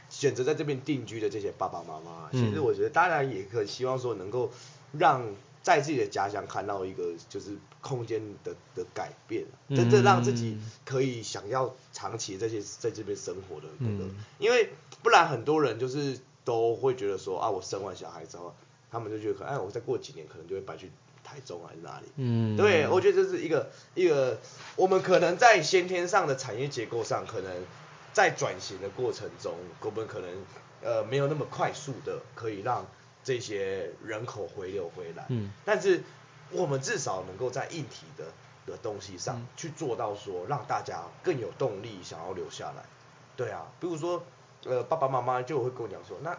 选择在这边定居的这些爸爸妈妈，嗯其实我觉得当然也很希望说能够让在自己的家乡看到一个就是空间的的改变，啊真正让自己嗯可以想要长期在这些在这边生活的那个，嗯因为不然很多人就是都会觉得说啊，我生完小孩之后，他们就觉得可能哎，我再过几年可能就会搬去台中还是哪里，嗯，对，我觉得这是一个一个，我们可能在先天上的产业结构上，可能在转型的过程中，我们可能呃没有那么快速的可以让这些人口回流回来，嗯但是我们至少能够在硬体的的东西嗯上、去做到说，让大家更有动力想要留下来。对啊，比如说呃爸爸妈妈就会跟我讲说，那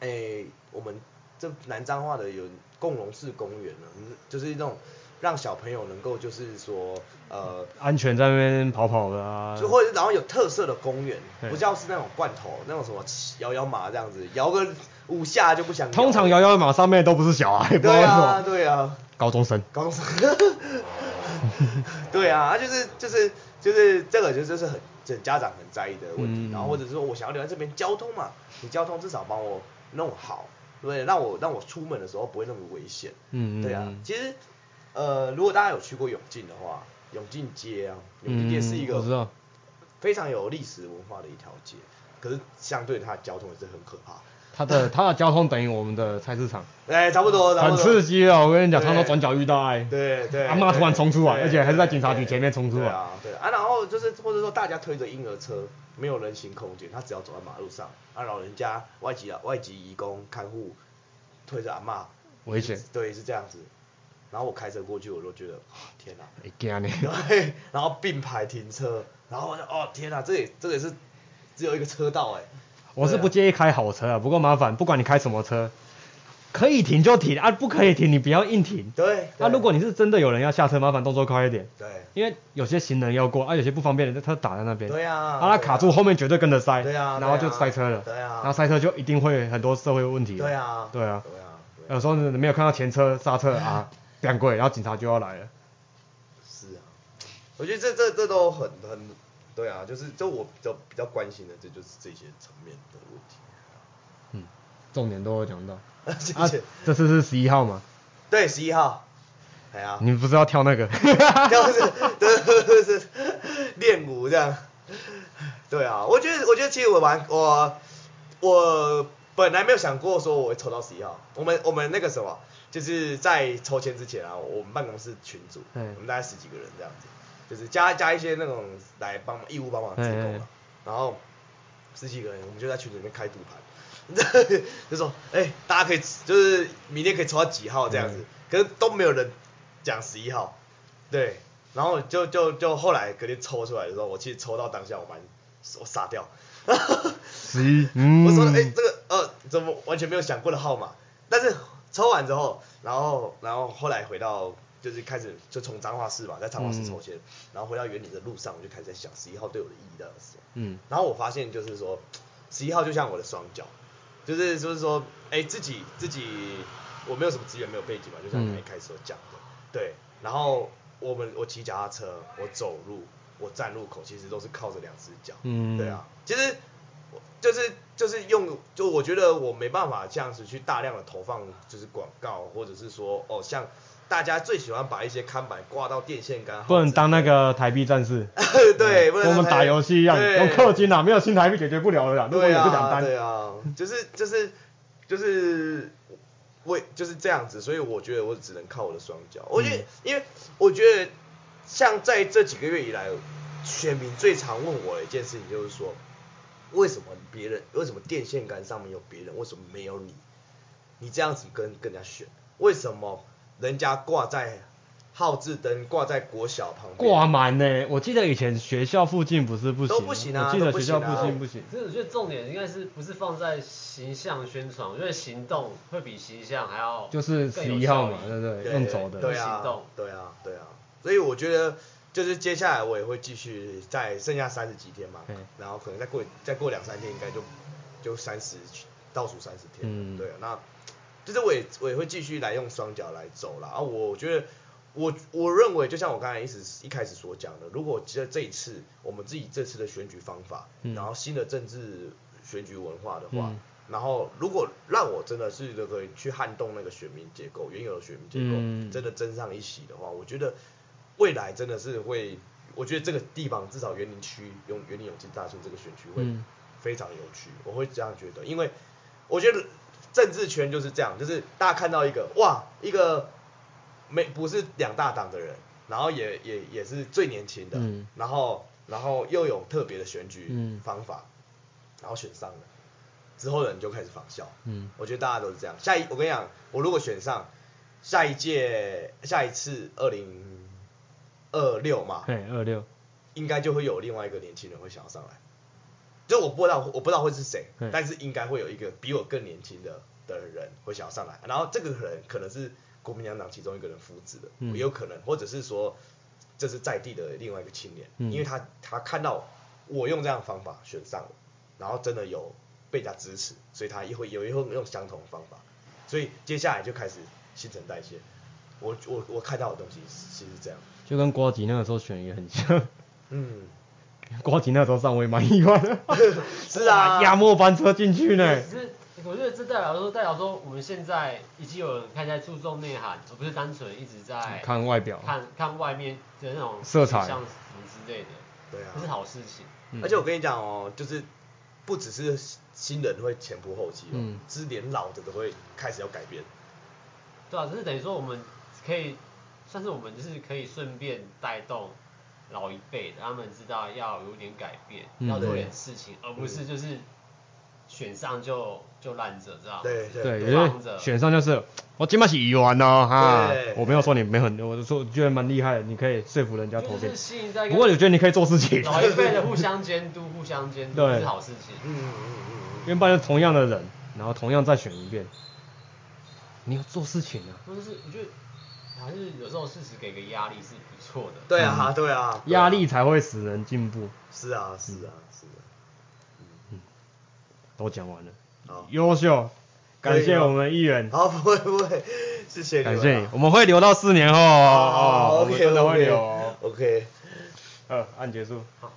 诶、我们这南彰化的有共融式公园呢，嗯就是那种让小朋友能够就是说呃，安全在那边跑跑的啊，就或者是然后有特色的公园，对不叫是那种罐头那种什么摇摇马这样子，摇个五下就不想摇了。通常摇摇马上面都不是小孩，不知道哦对为什啊么，对啊，高中生。高中生。 对啊，啊就是就是就是这个就是就是很这家长很在意的问题，嗯然后或者是说我想要留在这边交通嘛，你交通至少帮我弄好，对不对，让我让我出门的时候不会那么危险。嗯，嗯对啊嗯，其实呃，如果大家有去过永靖的话，永靖街啊，永靖街是一嗯我知个道，非常有历史文化的一条街，可是相对它的交通也是很可怕。它的它的交通等于我们的菜市 场，哎，差不多，差很不多刺。激啊！我跟你讲，对他都转角遇到哎，对对，阿嬷突然冲出来对而且还是在警察局对前面冲出来对啊，对啊，然后就是或者说大家推着婴儿车，没有人行空间，他只要走在马路上，啊，老人家、外籍啊外籍移工、看护推着阿嬷，危险，对，是这样子。然后我开车过去，我都觉得，啊天哪、会哎惊呢。对，啊然后并排停车，然后我就哦天哪，这也这也是只有一个车道哎， 我是不介意开好车啊，不过麻烦，不管你开什么车，可以停就停啊，不可以停你不要硬停。对，啊，对如果你是真的有人要下车，麻烦动作快一点，对因为有些行人要过啊，有些不方便的他打在那边，对啊，啊，他卡住后面绝对跟着塞，对啊对啊然后就塞车了，对啊然后塞车就一定会很多社会问题，对，啊，对啊对啊，对啊有时候你没 有看到前车刹车啊，两跪，然后警察就要来了，是啊，我觉得这这这都很很对啊，就是这我比较比较关心的，这就是这些层面的问题。嗯，重点都有讲 到。谢啊谢。，这次是十一号嘛？对，十一号，哎呀、你不是要跳 那个？要是对 是练舞这样，对啊，我觉得我觉得其实我蛮我我本来没有想过说我会抽到十一号，我们我们那个什么就是在抽签之前啊，我们办公室群组，我嗯们大概十几个人这样子，就是加加一些那种来帮忙义务帮忙自工嗯嘛嗯，然后十几个人我们就在群里面开赌盘。 就说，哎、大家可以就是明天可以抽到几号这样子，嗯可是都没有人讲十一号，对，然后就就就后来隔天抽出来的时候，我其实抽到当下我蛮我傻掉，十一，嗯，我说哎、这个呃怎么完全没有想过的号码，但是抽完之后，然后然后后来回到就是开始就从彰化市嘛，在彰化市抽签，然后回到园林的路上，我就开始在想十一号对我的意义到底是什么。嗯然后我发现就是说，十一号就像我的双脚，就是就是说，哎，自己自己我没有什么资源，没有背景嘛，就像你嗯一开始有讲的，对。然后我们我骑脚踏车，我走路，我站路口，其实都是靠着两只脚，嗯，对啊，，其实我就是就是用，就我觉得我没办法这样子去大量的投放，就是广告，或者是说哦，像大家最喜欢把一些看板挂到电线杆，不能当那个台币战士， 对，不能跟我们当打游戏一样，对用氪金啊，没有新台币解决不了的啦。如果对也是啊，两单，对啊，就是就是就是我就是这样子，所以我觉得我只能靠我的双脚。我嗯觉得，因为我觉得像在这几个月以来，选民最常问我的一件事情就是说，为什么别人为什么电线杆上面有别人，为什么没有你？你这样子跟跟人家选，为什么人家挂在号志灯挂在国小旁边？挂满呢。我记得以前学校附近不是不行，都不行啊我记都得不学行啊校附近不行。所以我觉得重点应该是不是放在形象宣传，我觉得行动会比形象还要就是更十有一号效嘛，益对不对对？用走的，对行啊动，对啊，对啊。所以我觉得，就是接下来我也会继续在剩下三十几天嘛嗯，然后可能再过再过两三天，应该就就三十倒数三十天了。嗯对啊，那就是我也我也会继续来用双脚来走啦。啊，我觉得。我我认为，就像我刚才一直一开始所讲的，如果这这一次我们自己这次的选举方法，嗯然后新的政治选举文化的话，嗯然后如果让我真的是可以去撼动那个选民结构，原有的选民结构，嗯真的争上一席的话，我觉得未来真的是会，我觉得这个地方至少园林区永园林永进大顺这个选区会嗯非常有趣，我会这样觉得，因为我觉得政治圈就是这样，就是大家看到一个哇，一个没不是两大党的人，然后也也也是最年轻的，嗯然后然后又有特别的选举嗯方法，然后选上了，之后人就开始仿效，嗯我觉得大家都是这样。下一，我跟你讲，我如果选上下一届、下一次二零二六嘛，嘿，二六，应该就会有另外一个年轻人会想要上来。就我不知道，我不知道会是谁嗯，但是应该会有一个比我更年轻的的人会想要上来。然后这个人可能是国民党党其中一个人扶植的，嗯也有可能，或者是说这是在地的另外一个青年，嗯因为他他看到我用这样的方法选上了，然后真的有被他支持，所以他也会有一会用相同的方法，所以接下来就开始新陈代谢。我我我看到的东西其实是这样，就跟郭吉那个时候选也很像， 嗯，郭吉那时候上我也蛮意外的， 是啊，哇压末班车进去呢对，，只是我觉得这代表说，代表说我们现在已经有人开始在注重内涵，而不是单纯一直在嗯看外表，看看外面的那种色彩形象什么之类的，对啊，这是好事情。嗯而且我跟你讲哦，就是不只是新人会前仆后继哦，嗯是连老的都会开始要改变。对啊，只是等于说我们可以算是我们就是可以顺便带动老一辈的，他们知道要有点改变，嗯要做点事情，而不是就是选上就就烂着这样。对对啊对，对因为放着选上就是我今麦是乙玩哦哈对，我没有说你没很，我就说我觉得蛮厉害的，你可以说服人家就投是票。吸引在不过我觉得你可以做事情，老一辈的互相监督，互相监督对这是好事情。嗯嗯嗯因为扮成同样的人，然后同样再选一遍，你要做事情啊。不是，我觉得还是有时候适时给个压力是不错的。对啊，对啊，对啊嗯压力嗯才会使人进步。是啊，是啊，是啊。 都讲完了，好，优秀，可以感谢吗我们议员，哦好，不会不会，谢谢你们感啊。谢你，我们会留到四年后哦，好哦我们 OK 真的会 OK 留哦。 OK，呃，按结束。好，